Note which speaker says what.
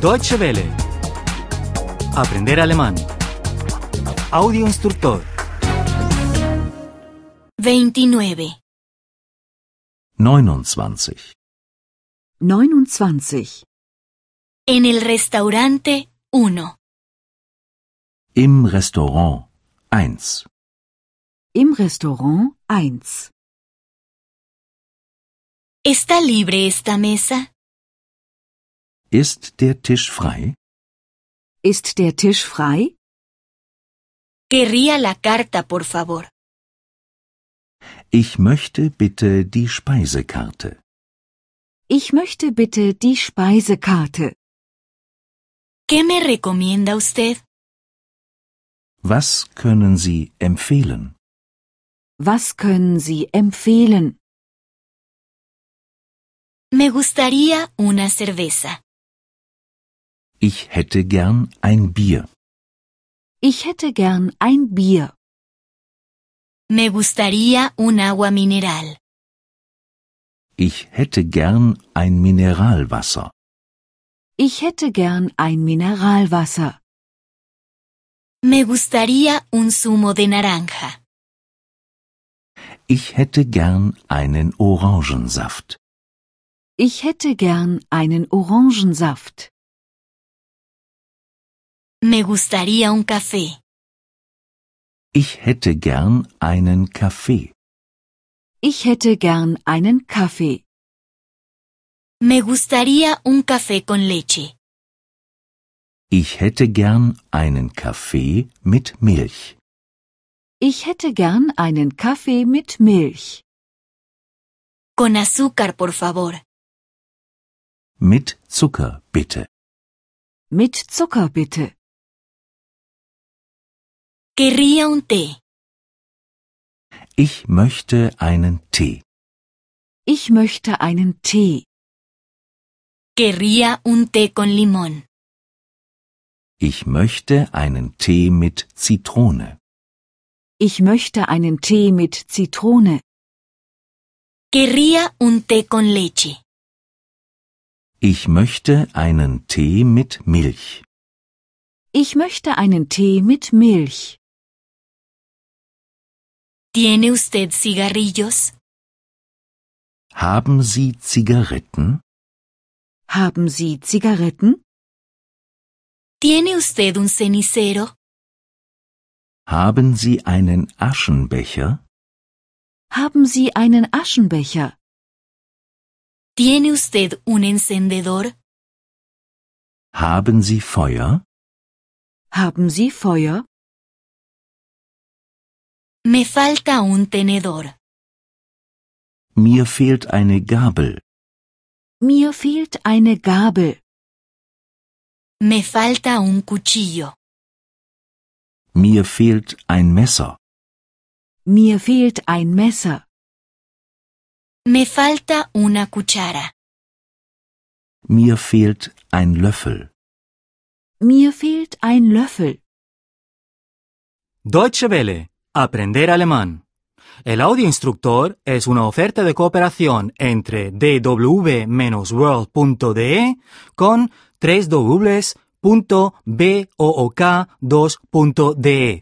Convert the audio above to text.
Speaker 1: Deutsche Welle. Aprender alemán. Audio instructor.
Speaker 2: 29.
Speaker 3: 29.
Speaker 4: 29.
Speaker 2: En el restaurante 1.
Speaker 3: Im Restaurant 1.
Speaker 4: Im Restaurant 1.
Speaker 2: ¿Está libre esta mesa?
Speaker 3: Ist der Tisch frei?
Speaker 4: Ist der Tisch frei?
Speaker 2: Querría la carta, por favor.
Speaker 3: Ich möchte bitte die Speisekarte.
Speaker 4: Ich möchte bitte die Speisekarte.
Speaker 2: ¿Qué me recomienda usted?
Speaker 3: Was können Sie empfehlen?
Speaker 4: Was können Sie empfehlen?
Speaker 2: Me gustaría una cerveza.
Speaker 3: Ich hätte gern ein Bier.
Speaker 4: Ich hätte gern ein Bier.
Speaker 2: Me gustaría un agua mineral.
Speaker 3: Ich hätte gern ein Mineralwasser.
Speaker 4: Ich hätte gern ein Mineralwasser.
Speaker 2: Me gustaría un zumo de naranja.
Speaker 3: Ich hätte gern einen Orangensaft.
Speaker 4: Ich hätte gern einen Orangensaft.
Speaker 2: Me gustaría un café.
Speaker 3: Ich hätte gern einen Kaffee.
Speaker 4: Ich hätte gern einen Kaffee.
Speaker 2: Me gustaría un café con leche.
Speaker 3: Ich hätte gern einen Kaffee mit Milch.
Speaker 4: Ich hätte gern einen Kaffee mit Milch.
Speaker 2: Con azúcar, por favor.
Speaker 3: Mit Zucker bitte.
Speaker 4: Mit Zucker bitte.
Speaker 2: Querría un té.
Speaker 3: Ich möchte einen Tee.
Speaker 4: Ich möchte einen Tee.
Speaker 2: Querría un té con limón.
Speaker 3: Ich möchte einen Tee mit Zitrone.
Speaker 4: Ich möchte einen Tee mit Zitrone.
Speaker 2: Querría un té con leche.
Speaker 3: Ich möchte einen Tee mit Milch.
Speaker 4: Ich möchte einen Tee mit Milch.
Speaker 2: ¿Tiene usted cigarrillos?
Speaker 3: Haben Sie Zigaretten?
Speaker 4: Haben Sie Zigaretten?
Speaker 2: ¿Tiene usted un cenicero?
Speaker 3: Haben Sie einen Aschenbecher?
Speaker 4: Haben Sie einen Aschenbecher?
Speaker 2: ¿Tiene usted un encendedor?
Speaker 3: Haben Sie Feuer?
Speaker 4: Haben Sie Feuer?
Speaker 2: Me falta un tenedor.
Speaker 3: Mir fehlt eine Gabel.
Speaker 4: Mir fehlt eine Gabel.
Speaker 2: Me falta un cuchillo.
Speaker 3: Mir fehlt ein Messer.
Speaker 4: Mir fehlt ein Messer.
Speaker 2: Me falta una cuchara.
Speaker 3: Mir fehlt ein Löffel.
Speaker 4: Mir fehlt ein Löffel.
Speaker 1: Deutsche Welle. Aprender alemán. El audio instructor es una oferta de cooperación entre dw-world.de con 3 2de